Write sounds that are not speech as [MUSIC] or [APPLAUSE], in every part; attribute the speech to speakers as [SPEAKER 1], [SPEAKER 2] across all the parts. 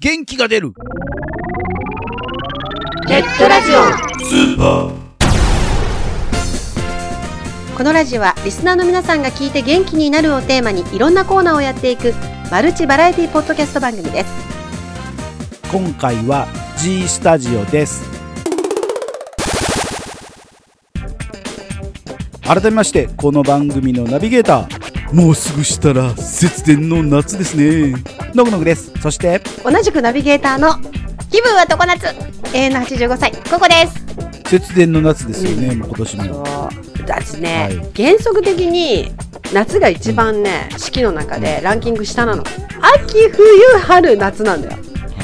[SPEAKER 1] 元気が出る
[SPEAKER 2] ネットラジオこのラジオはリスナーの皆さんが聞いて元気になるをテーマにいろんなコーナーをやっていくマルチバラエティポッドキャスト番組です
[SPEAKER 1] 今回は G スタジオです改めましてこの番組のナビゲーターもうすぐしたら節電の夏ですねのぐのぐですそして
[SPEAKER 2] 同じくナビゲーターの気分は常夏永遠の85歳ここです
[SPEAKER 1] 節電の夏ですよね、もう今年も
[SPEAKER 2] そう私ね、
[SPEAKER 1] はい
[SPEAKER 2] 原則的に夏が一番ね四季の中でランキング下なの秋冬春夏なんだよ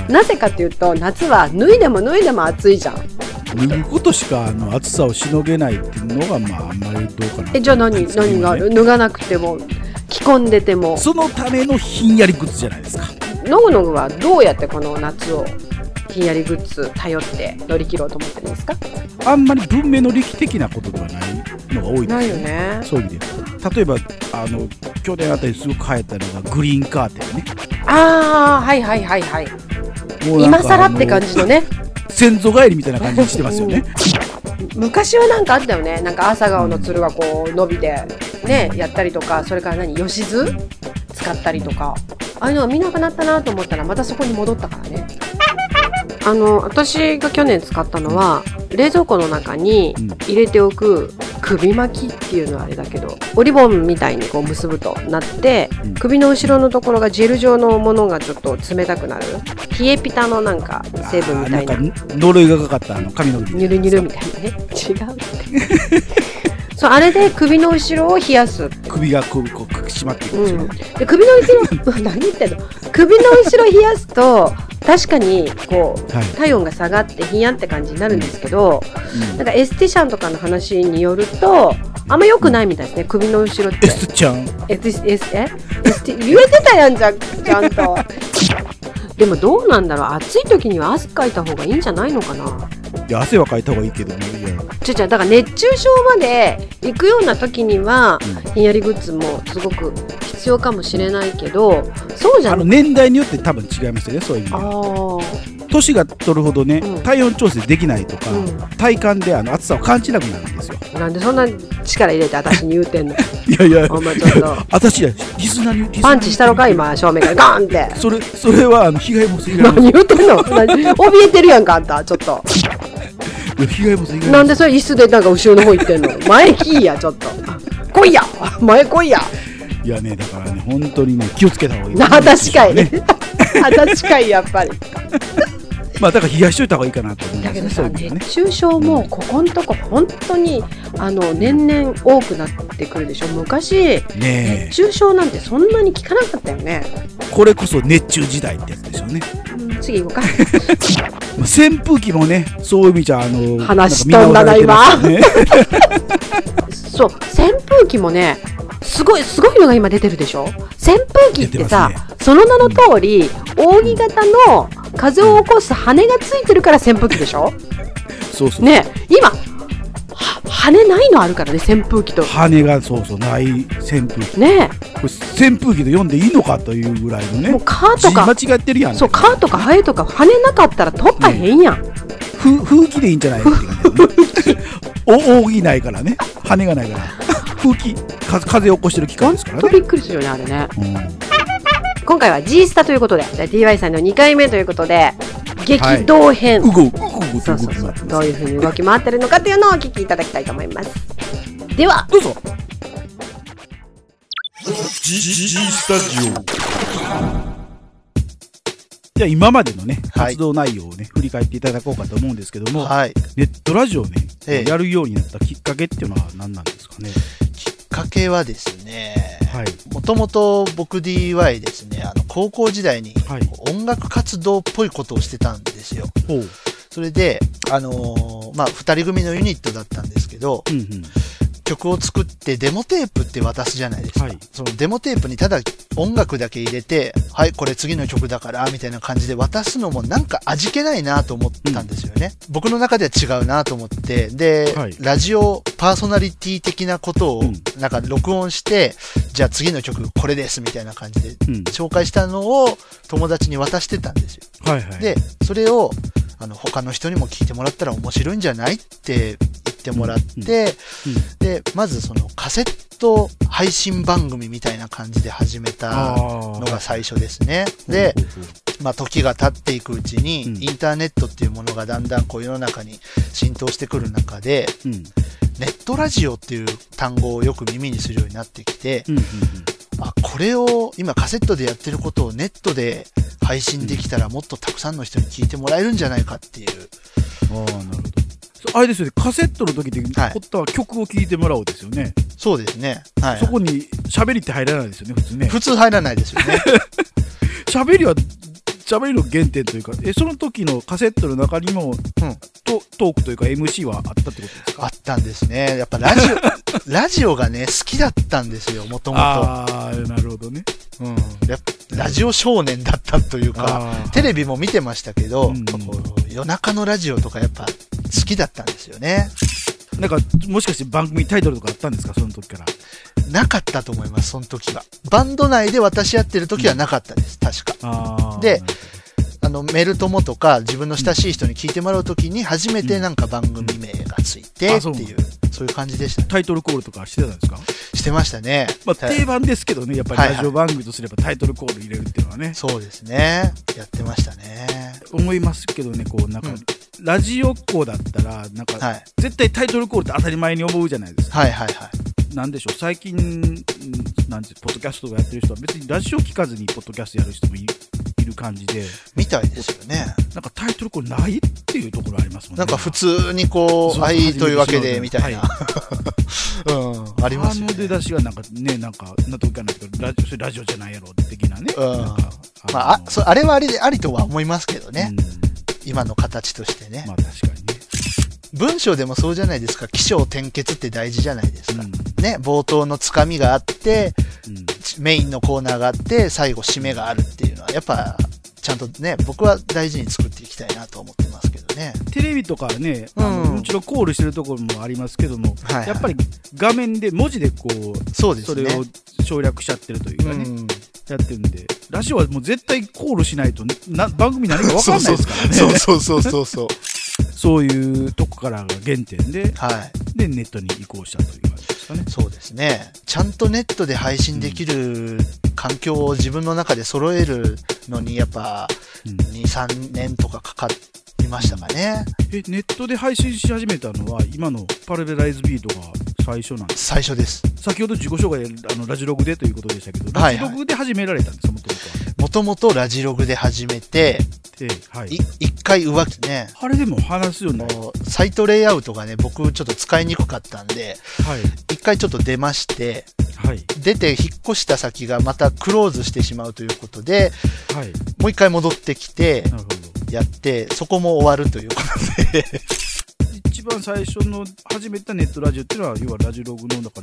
[SPEAKER 2] なぜかというと夏は脱いでも脱いでも暑いじゃん
[SPEAKER 1] 脱ぐことしかあの暑さをしのげないっていうのがまああんまりどうかな
[SPEAKER 2] えじゃあ何何がある脱がなくても着込んでても
[SPEAKER 1] そのためのひんやりグッズじゃないですか
[SPEAKER 2] ノグノグはどうやってこの夏をひんやりグッズ頼って乗り切ろうと思ってるんですか
[SPEAKER 1] あんまり文明の利己的なことではないのが多いです
[SPEAKER 2] ないよね
[SPEAKER 1] そういう意味で例えばあの去年あたりすごく流行ったのがグリーンカーテンね
[SPEAKER 2] ああはいはいはいはい
[SPEAKER 1] もうなんか
[SPEAKER 2] 今更って感じのね
[SPEAKER 1] あの先祖返りみたいな感じにしてますよね
[SPEAKER 2] 昔はなんかあったよねなんか朝顔のつるがこう伸びてねやったりとかそれから何吉津使ったりとかああいうのは見なくなったなと思ったらまたそこに戻ったからねあの私が去年使ったのは冷蔵庫の中に
[SPEAKER 1] うん
[SPEAKER 2] 入れておく首巻きっていうのはあれだけどオリボンみたいにこう結ぶとなって
[SPEAKER 1] うん
[SPEAKER 2] 首の後ろのところがジェル状のものがちょっと冷たくなる冷えピタのなんか成分みたいな
[SPEAKER 1] あーんか呪いがかかったあの髪の毛
[SPEAKER 2] ニュルニュルみたいなね違うってそうあれで首の後ろを冷やす、
[SPEAKER 1] 首がこうこう締まっていくん
[SPEAKER 2] う
[SPEAKER 1] ですよ
[SPEAKER 2] ん
[SPEAKER 1] ね、、
[SPEAKER 2] で首の [LAUGHS] 後ろ何言ってんの首の後ろ冷やすと確かにこう
[SPEAKER 1] はい、
[SPEAKER 2] 体温が下がってひんやんって感じになるんですけど
[SPEAKER 1] うん
[SPEAKER 2] なんかエスティシャンとかの話によるとあんま良くないみたいですね首の後ろって
[SPEAKER 1] エスちゃん
[SPEAKER 2] エスエスえエスティ言えてたやんじゃんちゃん [LAUGHS] とでもどうなんだろう暑い時には汗かいた方がいいんじゃないのかない
[SPEAKER 1] や汗はかいた方がいいけどねいや
[SPEAKER 2] ちょちょだから熱中症まで行くような時には
[SPEAKER 1] う
[SPEAKER 2] ひんやりグッズもすごく必要かもしれないけどそうじゃ
[SPEAKER 1] あの
[SPEAKER 2] ん
[SPEAKER 1] 年代によって多分違いますよねそういう意味
[SPEAKER 2] あ
[SPEAKER 1] では
[SPEAKER 2] ー
[SPEAKER 1] 年が取るほどね、
[SPEAKER 2] うん
[SPEAKER 1] 体温調整できないとか、
[SPEAKER 2] う
[SPEAKER 1] 体感であの暑さを感じなくなるんですよ
[SPEAKER 2] なんでそんな力入れて私に言うて [LAUGHS] んの
[SPEAKER 1] いやいや
[SPEAKER 2] ほんまちょっと
[SPEAKER 1] 私らリスナーにリスナーに
[SPEAKER 2] パンチしたろか今正面からガーンって
[SPEAKER 1] それそれはあの被害妄想以外も
[SPEAKER 2] 何言うてんの何怯えてるやんかあんたちょっと
[SPEAKER 1] いや被害妄想以外も
[SPEAKER 2] なんでそれ椅子でなんか後ろの方行ってんの前来いやちょっと来いや前来いや
[SPEAKER 1] いやねだからね本当にね気をつけた方がいい
[SPEAKER 2] な確かに
[SPEAKER 1] ね
[SPEAKER 2] [LAUGHS] 確かにやっぱり
[SPEAKER 1] まあだから冷やしといた方がいいかなと思い
[SPEAKER 2] だ
[SPEAKER 1] ま
[SPEAKER 2] け
[SPEAKER 1] す
[SPEAKER 2] ど
[SPEAKER 1] ねそういう
[SPEAKER 2] さ
[SPEAKER 1] 意味ではね
[SPEAKER 2] 熱中症もここのとこ本当にあの年々多くなってくるでしょ昔
[SPEAKER 1] ね
[SPEAKER 2] 熱中症なんてそんなに聞かなかったよね、
[SPEAKER 1] えこれこそ熱中時代ってやつですよね、
[SPEAKER 2] うん次行こうか [LAUGHS]
[SPEAKER 1] まあ、扇風機もねそういう意味じゃあの
[SPEAKER 2] 話し飛んだな
[SPEAKER 1] なんか見直されてますよね
[SPEAKER 2] そう扇風機もねすごいすごいのが今出てるでしょ扇風機ってさ
[SPEAKER 1] 出てま
[SPEAKER 2] その名の通り扇形の風を起こす羽がついてるから扇風機でしょ
[SPEAKER 1] [LAUGHS] そうそう、
[SPEAKER 2] ね今は羽ないのあるからね扇風機と
[SPEAKER 1] 羽がそうそうない扇風機
[SPEAKER 2] ね
[SPEAKER 1] これ扇風機と読んでいいのかというぐらいのね
[SPEAKER 2] もう蚊
[SPEAKER 1] 字
[SPEAKER 2] とか
[SPEAKER 1] 間違ってるやん
[SPEAKER 2] そう、カーとかハエとか羽なかったら取ったへんやん。
[SPEAKER 1] ふ風紀でいいんじゃないって感じ、ね、お扇ないからね羽がないから風紀風風を起こしてる機械
[SPEAKER 2] ほん
[SPEAKER 1] ですから
[SPEAKER 2] と
[SPEAKER 1] ね、
[SPEAKER 2] びっくりするよね、あれね。
[SPEAKER 1] うん
[SPEAKER 2] 今回は G スタということで、じゃあ DY さんの2回目ということで、激動編。
[SPEAKER 1] うごう、うごうごと
[SPEAKER 2] そ
[SPEAKER 1] いううこと
[SPEAKER 2] そう
[SPEAKER 1] に
[SPEAKER 2] そ
[SPEAKER 1] な
[SPEAKER 2] う
[SPEAKER 1] って。
[SPEAKER 2] ど
[SPEAKER 1] ま
[SPEAKER 2] う
[SPEAKER 1] す。
[SPEAKER 2] いうふうに動き回ってるのかっていうのをお聞きいただきたいと思います。では、
[SPEAKER 1] どうぞ。
[SPEAKER 3] G, G, G Stadio.
[SPEAKER 1] じゃあ今までのね、
[SPEAKER 4] はい
[SPEAKER 1] 活動内容をね、振り返っていただこうかと思うんですけども、
[SPEAKER 4] はい、
[SPEAKER 1] ネットラジオをね、
[SPEAKER 4] ええ
[SPEAKER 1] やるようになったきっかけっていうのは何なんですかね。
[SPEAKER 4] きっかけはですね、
[SPEAKER 1] はい。
[SPEAKER 4] もともと僕 DY ですね、あの高校時代に
[SPEAKER 1] はい
[SPEAKER 4] 音楽活動っぽいことをしてたんですよ。
[SPEAKER 1] ほう。
[SPEAKER 4] それで、あのーまあ、二人組のユニットだったんですけど、
[SPEAKER 1] うんうん。
[SPEAKER 4] 曲を作ってデモテープって渡すじゃないですか。
[SPEAKER 1] はい
[SPEAKER 4] そのデモテープにただ音楽だけ入れて、はい、これ次の曲だから、みたいな感じで渡すのもなんか味気ないなと思ったんですよね。僕の中では違うなと思って、で、
[SPEAKER 1] はい
[SPEAKER 4] ラジオパーソナリティ的なことを
[SPEAKER 1] うん
[SPEAKER 4] なんか録音して、じゃあ次の曲これですみたいな感じで
[SPEAKER 1] うん
[SPEAKER 4] 紹介したのを友達に渡してたんですよ。
[SPEAKER 1] はいはい
[SPEAKER 4] で、それを、あの、他の人にも聞いてもらったら面白いんじゃないって言ってもらって、
[SPEAKER 1] うんうん
[SPEAKER 4] で、まずそのカセット配信番組みたいな感じで始めたのが最初ですね。で、まあ、時が経っていくうちに、
[SPEAKER 1] うん
[SPEAKER 4] インターネットっていうものがだんだんこう世の中に浸透してくる中で、
[SPEAKER 1] うんうん
[SPEAKER 4] ネットラジオっていう単語をよく耳にするようになってきて、
[SPEAKER 1] うんうん
[SPEAKER 4] あ、これを今カセットでやってることをネットで配信できたらもっとたくさんの人に聞いてもらえるんじゃないかっていう。
[SPEAKER 1] ああなるほどあれですよねカセットの時って
[SPEAKER 4] はい
[SPEAKER 1] こったは曲を聴いてもらおうですよね、
[SPEAKER 4] そうですね。はい
[SPEAKER 1] そ。こに喋りって入らないですよね普通ね
[SPEAKER 4] 普通入らないですよね。 [LAUGHS]
[SPEAKER 1] 喋りは喋りの原点というかえその時のカセットの中にも、
[SPEAKER 4] ん
[SPEAKER 1] とトークというか MC はあったってことですか
[SPEAKER 4] あったんですね。やっぱラジオ、ラジオがね、好きだったんですよ、もともと。
[SPEAKER 1] ああーなるほどね
[SPEAKER 4] うん。やっぱラジオ少年だったというか、
[SPEAKER 1] あ
[SPEAKER 4] テレビも見てましたけど、
[SPEAKER 1] うん
[SPEAKER 4] こう夜中のラジオとかやっぱ好きだったんですよね。
[SPEAKER 1] ーなんかもしかして番組タイトルとかあったんですかその時から
[SPEAKER 4] なかったと思います、その時は。バンド内で私やってる時はなかったです、確か。
[SPEAKER 1] あー
[SPEAKER 4] であの、メル友とか自分の親しい人に聞いてもらうときに初めてなんか番組名がついて
[SPEAKER 1] あ
[SPEAKER 4] って
[SPEAKER 1] そう
[SPEAKER 4] いう、そういう感じでした。
[SPEAKER 1] タイトルコールとかしてたんですか、
[SPEAKER 4] してましたね。
[SPEAKER 1] まあ、
[SPEAKER 4] はい
[SPEAKER 1] 定番ですけどねやっぱり
[SPEAKER 4] はいはい
[SPEAKER 1] ラジオ番組とすればタイトルコール入れるっていうのはね、
[SPEAKER 4] そうですね。やってましたね。
[SPEAKER 1] 思いますけどねこうなんか、
[SPEAKER 4] うん
[SPEAKER 1] ラジオっ子だったらなんか、
[SPEAKER 4] はい。
[SPEAKER 1] 絶対タイトルコールって当たり前に思うじゃないですか
[SPEAKER 4] はいはいはい。
[SPEAKER 1] なんでしょう最近うんなんてポッドキャストとかやってる人は別にラジオ聞かずにポッドキャストやる人もいいる感じで
[SPEAKER 4] みたいですよね。
[SPEAKER 1] なんかタイトルコールないっていうところありますもんね
[SPEAKER 4] なんか普通にこう、
[SPEAKER 1] そう
[SPEAKER 4] 愛というわけで、みたいな。 [LAUGHS]
[SPEAKER 1] は
[SPEAKER 4] うん、ありますよ
[SPEAKER 1] あの出
[SPEAKER 4] ね。
[SPEAKER 1] だしがなんかねなんか納得いかないけどラジオそれラジオじゃないやろ的なね、
[SPEAKER 4] うん
[SPEAKER 1] なんか
[SPEAKER 4] まあ、あ
[SPEAKER 1] の
[SPEAKER 4] そうあれはあれでありとは思いますけどね。
[SPEAKER 1] う
[SPEAKER 4] 今の形としてね
[SPEAKER 1] ん、まあ確かにね
[SPEAKER 4] 文章でもそうじゃないですか。起承転結って大事じゃないですか。ね、冒頭のつかみがあって、
[SPEAKER 1] うん、うん
[SPEAKER 4] メインのコーナーがあって、最後締めがあるっていうのは、やっぱ、ちゃんとね、僕は大事に作っていきたいなと思ってますけどね。
[SPEAKER 1] テレビとかね、
[SPEAKER 4] うん
[SPEAKER 1] あのもちろんコールしてるところもありますけども、
[SPEAKER 4] はいはい
[SPEAKER 1] やっぱり画面で文字でこう
[SPEAKER 4] そうです
[SPEAKER 1] そ
[SPEAKER 4] ね。
[SPEAKER 1] れを省略しちゃってるというかね、
[SPEAKER 4] うん
[SPEAKER 1] やってるんでラジオはもう絶対コールしないとな番組何か分かんないですからねそう
[SPEAKER 4] そうそうそうそうそう。
[SPEAKER 1] [LAUGHS] いうとこからが原点で
[SPEAKER 4] はい。
[SPEAKER 1] でネットに移行したという感じですかね
[SPEAKER 4] そうですね。ちゃんとネットで配信できる環境を自分の中で揃えるのに、やっぱ、
[SPEAKER 1] うん
[SPEAKER 4] 2、3年とかかかりましたかね。
[SPEAKER 1] えネットで配信し始めたのは今のパラレライズビートが最初なんです
[SPEAKER 4] 最初です。
[SPEAKER 1] 先ほど自己紹介であのラジログでということでしたけど
[SPEAKER 4] は
[SPEAKER 1] ラ
[SPEAKER 4] い
[SPEAKER 1] ジ
[SPEAKER 4] はい
[SPEAKER 1] ログで始められたんですもともとは
[SPEAKER 4] もともとラジログで始めて、
[SPEAKER 1] で、はい
[SPEAKER 4] い一回浮気ね。
[SPEAKER 1] あれでも話すように
[SPEAKER 4] あ
[SPEAKER 1] なり
[SPEAKER 4] のサイトレイアウトがね、僕ちょっと使いにくかったんで、
[SPEAKER 1] はい
[SPEAKER 4] 一回ちょっと出まして、
[SPEAKER 1] はい
[SPEAKER 4] 出て引っ越した先がまたクローズしてしまうということで、
[SPEAKER 1] はい
[SPEAKER 4] もう一回戻ってきて、
[SPEAKER 1] なるほど
[SPEAKER 4] やって、そこも終わるということで、
[SPEAKER 1] 一番最初の始めたネットラジオっていうのは要はラジログのだから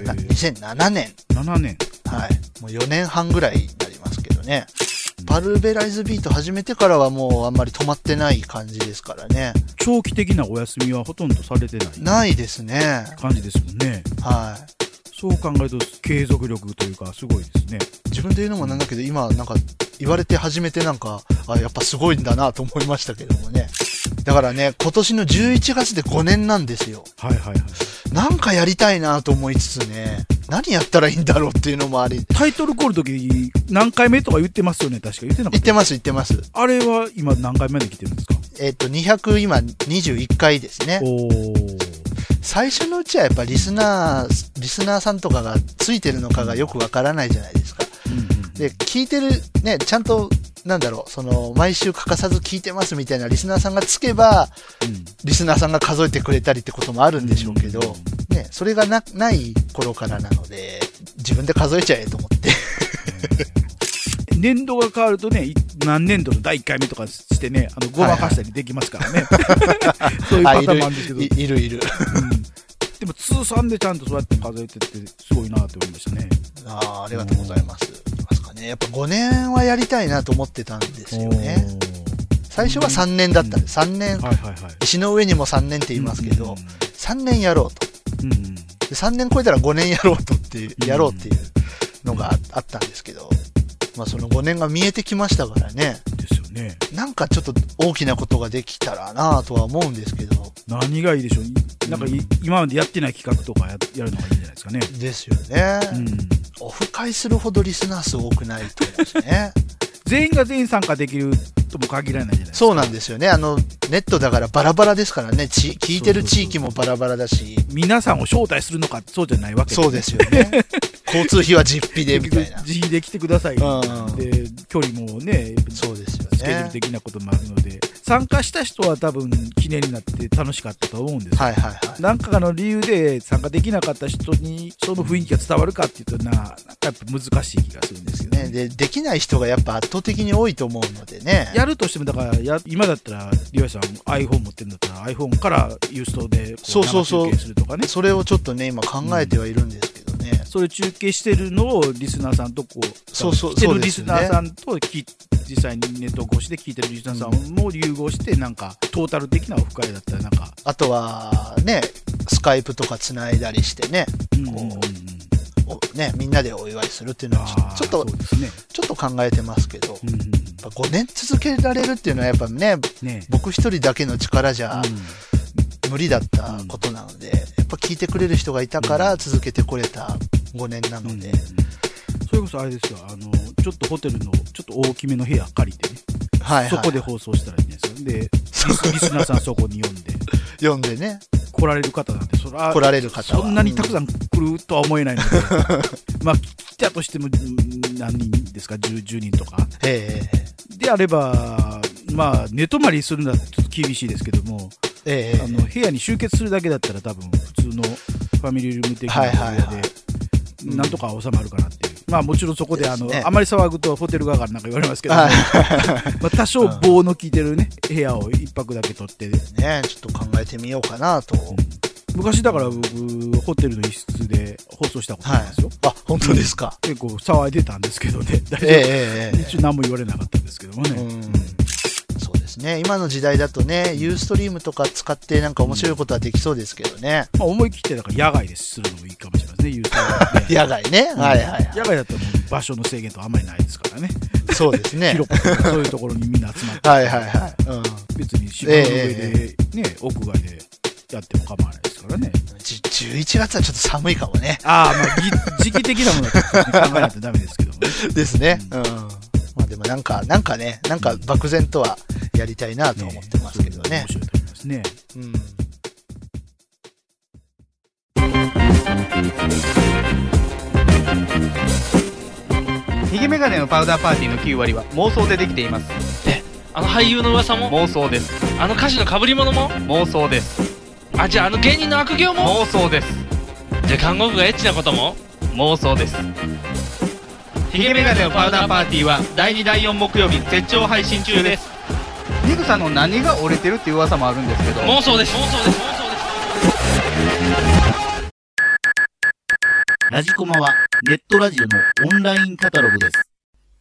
[SPEAKER 4] な
[SPEAKER 1] 2007
[SPEAKER 4] 2007年、
[SPEAKER 1] 年
[SPEAKER 4] はい。もう4年半ぐらいになりますけどね。パルベライズビート始めてからはもうあんまり止まってない感じですからね。
[SPEAKER 1] 長期的なお休みはほとんどされてない
[SPEAKER 4] ないですね。
[SPEAKER 1] 感じですもんね
[SPEAKER 4] は
[SPEAKER 1] そう考えると継続力というかすごいですね
[SPEAKER 4] い。自分で言うのもなんだけど、今なんか言われて初めてなんか、あ、やっぱすごいんだなと思いましたけどもね。だからね、今年の11月で5年なんですよ。
[SPEAKER 1] はいはいはい
[SPEAKER 4] なんかやりたいなと思いつつね、何やったらいいんだろうっていうのもあり、
[SPEAKER 1] タイトルコールの時何回目とか言ってますよね確か言ってなか
[SPEAKER 4] 言
[SPEAKER 1] っ
[SPEAKER 4] って
[SPEAKER 1] た
[SPEAKER 4] ます言ってます。
[SPEAKER 1] あれは今何回目で来てるんですか
[SPEAKER 4] えっと、200、今21回ですね。
[SPEAKER 1] おー
[SPEAKER 4] 最初のうちはやっぱリスナー、リスナーさんとかがついてるのかがよくわからないじゃないですか。
[SPEAKER 1] うんうん
[SPEAKER 4] で、聞いてる、ね、ちゃんと、なんだろう、その、毎週欠かさず聞いてますみたいなリスナーさんがつけば、
[SPEAKER 1] うん
[SPEAKER 4] リスナーさんが数えてくれたりってこともあるんでしょうけど、ね、それがな、ない頃からなので、自分で数えちゃえと思って。
[SPEAKER 1] 年度が変わるとねい何年度の第1回目とかしてね [LAUGHS]
[SPEAKER 4] [LAUGHS]
[SPEAKER 1] あのごまかしたりできますからね、そういうパターンもあるんですけど、
[SPEAKER 4] いいるいる。
[SPEAKER 1] うんでも通算でちゃんとそうやって数えてってすごいなって思いましたね
[SPEAKER 4] ああ、ありがとうございます。ますかね。やっぱ5年はやりたいなと思ってたんですよね。最初は3年だったんです。3年
[SPEAKER 1] おー、はいはいはい
[SPEAKER 4] 石の上にも3年って言いますけど、3年やろうと。
[SPEAKER 1] うんうんうん
[SPEAKER 4] で3年超えたら5年やろうとっていう、やろうっていうのがああったんですけど、まあその5年が見えてきましたからね、
[SPEAKER 1] ですよね
[SPEAKER 4] なんかちょっと大きなことができたらなぁとは思うんですけど、
[SPEAKER 1] 何がいいでしょうなんかい、今までやってない企画とかややるのがいいんじゃないですかね
[SPEAKER 4] ですよね。
[SPEAKER 1] うん
[SPEAKER 4] オフ会するほどリスナー数多くないと思うんです
[SPEAKER 1] [LAUGHS]
[SPEAKER 4] ね。
[SPEAKER 1] 全員が全員参加できるとも限らないじゃないですか
[SPEAKER 4] そうなんですよね。あの、ネットだからバラバラですからね。ち聞いてる地域もバラバラだ
[SPEAKER 1] [LAUGHS]
[SPEAKER 4] し。
[SPEAKER 1] 皆さんを招待するのかそうじゃないわけ
[SPEAKER 4] そうですよね。交通費は実費でみたいな。
[SPEAKER 1] 自費で来てください、
[SPEAKER 4] うん
[SPEAKER 1] で距離もねやっぱりス
[SPEAKER 4] そうですよ
[SPEAKER 1] ケジュー
[SPEAKER 4] ね
[SPEAKER 1] ル。的なこともあるので、参加した人は多分記念になって楽しかったと思うんですよ
[SPEAKER 4] はいはいはい。
[SPEAKER 1] なんかの理由で参加できなかった人にその雰囲気が伝わるかっていうとななんかやっぱ難しい気がするんですけど
[SPEAKER 4] ね、で、できない人がやっぱ圧倒的に多いと思うのでね。
[SPEAKER 1] やるとしてもだからや今だったらリュウさん iPhone 持ってるんだったら iPhone から郵送でこ
[SPEAKER 4] そうそうそう
[SPEAKER 1] 生中継するとかね
[SPEAKER 4] それをちょっとね、今考えてはいるんですけどね。
[SPEAKER 1] それ中継してるのをリスナーさんとこう
[SPEAKER 4] そうそう
[SPEAKER 1] 来て
[SPEAKER 4] そう
[SPEAKER 1] る
[SPEAKER 4] で
[SPEAKER 1] リ
[SPEAKER 4] す
[SPEAKER 1] ス
[SPEAKER 4] よね
[SPEAKER 1] ナーさんとき、実際にネット越しで聞いてるリスナーさんも融合してなんかトータル的なオフ会だったらなんか、
[SPEAKER 4] あとは、ね、スカイプとか繋いだりしてね、
[SPEAKER 1] うんうんうんうん
[SPEAKER 4] おね、みんなでお祝いするっていうのは
[SPEAKER 1] あー
[SPEAKER 4] ちょっと、
[SPEAKER 1] そうですね、
[SPEAKER 4] ちょっと考えてますけど、やっ
[SPEAKER 1] うんうんうん
[SPEAKER 4] ぱ5年続けられるっていうのはやっぱね、
[SPEAKER 1] ね
[SPEAKER 4] 僕一人だけの力じゃ
[SPEAKER 1] うん
[SPEAKER 4] 無理だったことなので、やっぱ聞いてくれる人がいたから続けてこれた5年なので、
[SPEAKER 1] それこそあれですよあのちょっとホテルのちょっと大きめの部屋借りてね、
[SPEAKER 4] はいはい、
[SPEAKER 1] そこで放送したらいいんですよでリスリスナーさんそこに呼んで
[SPEAKER 4] 読んでね、
[SPEAKER 1] 来られる方なんてそら
[SPEAKER 4] 来られる方は。
[SPEAKER 1] そんなにたく
[SPEAKER 4] ん。
[SPEAKER 1] さん来るとは思えないの
[SPEAKER 4] [LAUGHS]
[SPEAKER 1] で、まあ来たとしてもうん何人ですか 10, 10人とか
[SPEAKER 4] え
[SPEAKER 1] であればまあ寝泊まりするのはちょっと厳しいですけども
[SPEAKER 4] えええ
[SPEAKER 1] あの部屋に集結するだけだったら多分普通のファミリールーム的な
[SPEAKER 4] はいはいはい
[SPEAKER 1] 部屋で
[SPEAKER 4] うん
[SPEAKER 1] なんとか収まるかなっていう、まあもちろんそこであの
[SPEAKER 4] ですね
[SPEAKER 1] あまり騒ぐとホテル側からなんか言われますけど、
[SPEAKER 4] は
[SPEAKER 1] まあ、多少棒の効いてるね部屋を一泊だけ取って、
[SPEAKER 4] い。ねちょっと考えてみようかなと。
[SPEAKER 1] 昔だから僕ホテルの一室で放送したことあ
[SPEAKER 4] は
[SPEAKER 1] るんですよ
[SPEAKER 4] い。、あ、本当ですか。
[SPEAKER 1] 結構騒いでたんですけど [LAUGHS] ね大丈
[SPEAKER 4] ええ
[SPEAKER 1] 夫、
[SPEAKER 4] えええ
[SPEAKER 1] 一応何も言われなかったんですけどもね、
[SPEAKER 4] えうん。そうですね。今の時代だとね、ユーストリームとか使ってなんか面白いことはできそうですけどね。
[SPEAKER 1] まあ、思い切ってだから野外でするのもいいかもしれませんね言うた [LAUGHS] らね
[SPEAKER 4] 野外ね。はいはいは
[SPEAKER 1] 野外だともう場所の制限とかあんまりないですからね
[SPEAKER 4] い。そうですね。
[SPEAKER 1] 広くとかそういうところにみんな集まって、
[SPEAKER 4] はいはいはい。うん。
[SPEAKER 1] 別に芝の上
[SPEAKER 4] ええ
[SPEAKER 1] で、ね屋外でやっても構わないですからね。
[SPEAKER 4] じ11月はちょっと寒いかもね。
[SPEAKER 1] ああ、まあ、ぎ時期的なものは考えないとダメですけど [LAUGHS] もね。
[SPEAKER 4] ですね。うん。まあでもなんか、なんかね、なんか漠然とはやりたいなと思ってますけどね
[SPEAKER 1] 面。白いと思いますね。
[SPEAKER 4] うん。
[SPEAKER 5] ヒゲメガネのパウダーパーティーの9割は妄想でできています
[SPEAKER 6] あの俳優の噂も
[SPEAKER 5] 妄想です
[SPEAKER 6] あの歌手の被り物も
[SPEAKER 5] 妄想です
[SPEAKER 6] あじゃああの芸人の悪行も
[SPEAKER 5] 妄想です
[SPEAKER 6] じゃあ看護婦がエッチなことも
[SPEAKER 5] 妄想ですヒゲメガネのパウダーパーティーは第2第4木曜日絶頂配信中ですニグさんの何が折れてるっていう噂もあるんですけど
[SPEAKER 6] 妄想です妄想です
[SPEAKER 7] ラジコマはネットラジオのオンラインカタログです。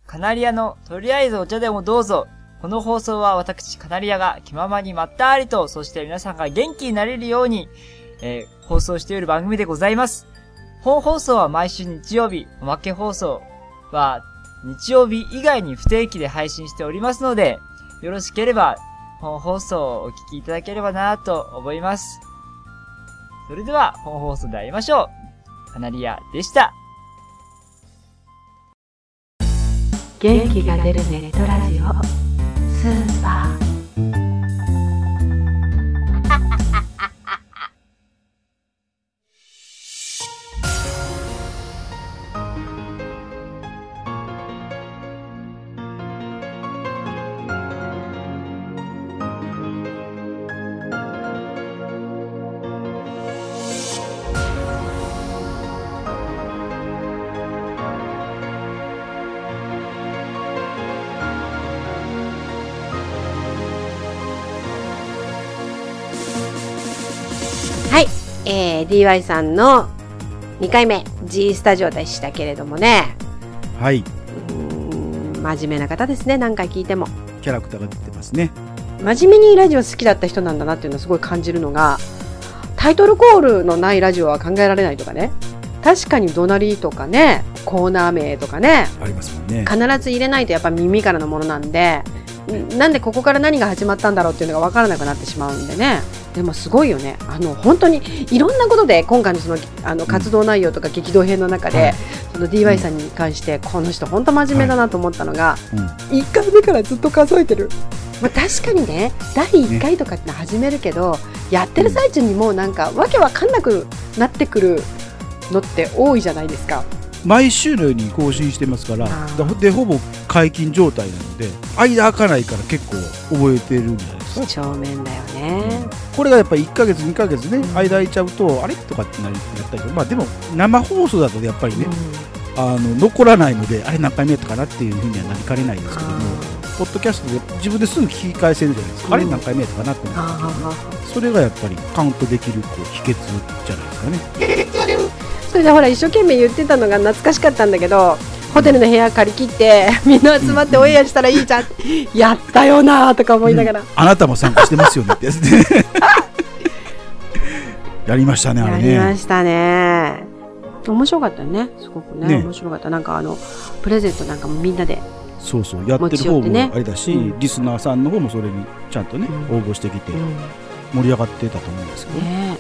[SPEAKER 8] カナリアのとりあえずお茶でもどうぞ。この放送は私カナリアが気ままにまったりと、そして皆さんが元気になれるように、えー放送している番組でございます。本放送は毎週日曜日、おまけ放送は日曜日以外に不定期で配信しておりますので、よろしければ本放送をお聞きいただければなと思います。それでは本放送で会いましょう。カナリアでした。
[SPEAKER 9] 元気が出るネットラジオスーパー
[SPEAKER 10] 「
[SPEAKER 2] えー、DY さんの2回目 G スタジオでしたけれどもね
[SPEAKER 1] はいう
[SPEAKER 2] ーん真面目な方ですね何回聞いても
[SPEAKER 1] キャラクターが出てますね
[SPEAKER 2] 真面目にラジオ好きだった人なんだなっていうのをすごい感じるのがタイトルコールのないラジオは考えられないとかね確かに怒鳴りとかねコーナー名とかね
[SPEAKER 1] ありますもんね
[SPEAKER 2] 必ず入れないとやっぱ耳からのものなんでんなんでここから何が始まったんだろうっていうのが分からなくなってしまうんでねでもすごいよねあの本当にいろんなことで今回のそのあの活動内容とか激動編の中で、
[SPEAKER 1] はい
[SPEAKER 2] その DY さんに関して、この人本当真面目だなと思ったのが、
[SPEAKER 1] うん
[SPEAKER 2] 1回目からずっと数えてる、まあ、確かにね第1回とかってのは始めるけど、やってる最中にもうなんかわけわかんなくなってくるのって多いじゃないですか。
[SPEAKER 1] 毎週のように更新してますから
[SPEAKER 2] あー
[SPEAKER 1] でほぼ解禁状態なので間開かないから結構覚えてるんじゃないですか
[SPEAKER 2] 正面だよね、
[SPEAKER 1] これがやっぱり1ヶ月2ヶ月ね間空いちゃうとあれとかってなりなったりとかまあでも生放送だとやっぱりね、あの残らないのであれ何回目やったかなっていうふうにはなりかねないですけどもポッドキャストで自分ですぐ聞き返せるじゃないですか、あれ何回目やったかなって思
[SPEAKER 2] あー
[SPEAKER 1] うそれがやっぱりカウントできるこう秘訣じゃないですかね
[SPEAKER 2] それでほら一生懸命言ってたのが懐かしかったんだけどホテルの部屋借り切ってみんな集まってオンエアしたらいいじゃんやったよなーとか思いながら、
[SPEAKER 1] あなたも参加してますよねってやつ
[SPEAKER 2] [LAUGHS]
[SPEAKER 1] ねやりましたねあ
[SPEAKER 2] や
[SPEAKER 1] れ
[SPEAKER 2] りま
[SPEAKER 1] ね
[SPEAKER 2] したね面白かったよねすごくね
[SPEAKER 1] ね
[SPEAKER 2] 面白かったなんかあのプレゼントなんかもみんなで
[SPEAKER 1] そうそうやってる方
[SPEAKER 2] 持ち寄ってね
[SPEAKER 1] もあれだし、
[SPEAKER 2] うん
[SPEAKER 1] リスナーさんの方もそれにちゃんとね、
[SPEAKER 2] うん
[SPEAKER 1] 応募してきて
[SPEAKER 2] うん
[SPEAKER 1] 盛り上がってたと思うんですけど、
[SPEAKER 2] ね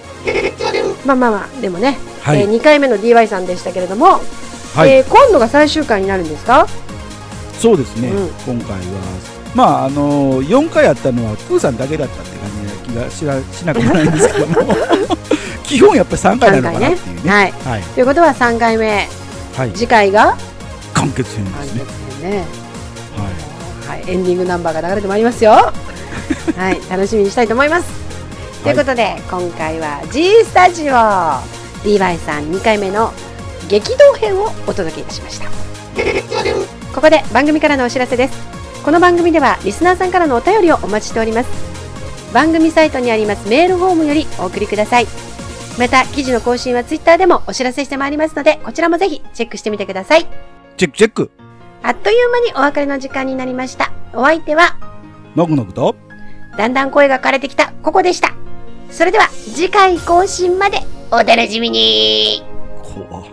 [SPEAKER 2] まあまあまあでもね、
[SPEAKER 1] はい、
[SPEAKER 2] え2回目の DY さんでしたけれども、
[SPEAKER 1] はい
[SPEAKER 2] えー今度が最終回になるんですか
[SPEAKER 1] そうですね、
[SPEAKER 2] うん
[SPEAKER 1] 今回はまああの4回やったのはプーさんだけだったって感じな気がしらしなくもないんですけど
[SPEAKER 2] [LAUGHS]
[SPEAKER 1] も基本やっぱり3回なのかなっていうね
[SPEAKER 2] 三回ね
[SPEAKER 1] はい、
[SPEAKER 2] ということは3回目
[SPEAKER 1] はい、
[SPEAKER 2] 次回が
[SPEAKER 1] 完結編で
[SPEAKER 2] あれ
[SPEAKER 1] す
[SPEAKER 2] で
[SPEAKER 1] ね、
[SPEAKER 2] すよね
[SPEAKER 1] は
[SPEAKER 2] はい、エンディングナンバーが流れてまいりますよ。はい、楽しみにしたいと思います。ということで、今回は G スタジオ DY さん2回目の激動編をお届けいたしました。ここで番組からのお知らせです。この番組ではリスナーさんからのお便りをお待ちしております。番組サイトにありますメールフォームよりお送りください。また、記事の更新は Twitter でもお知らせしてまいりますので、こちらもぜひチェックしてみてください。
[SPEAKER 1] い、チェックチェック
[SPEAKER 2] あっという間にお別れの時間になりました。お相手は、
[SPEAKER 1] ノクノクと
[SPEAKER 2] だんだん声が枯れてきた、ここでした。それでは、次回更新まで、お楽しみに
[SPEAKER 1] こう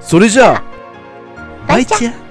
[SPEAKER 1] それじゃあバイチャー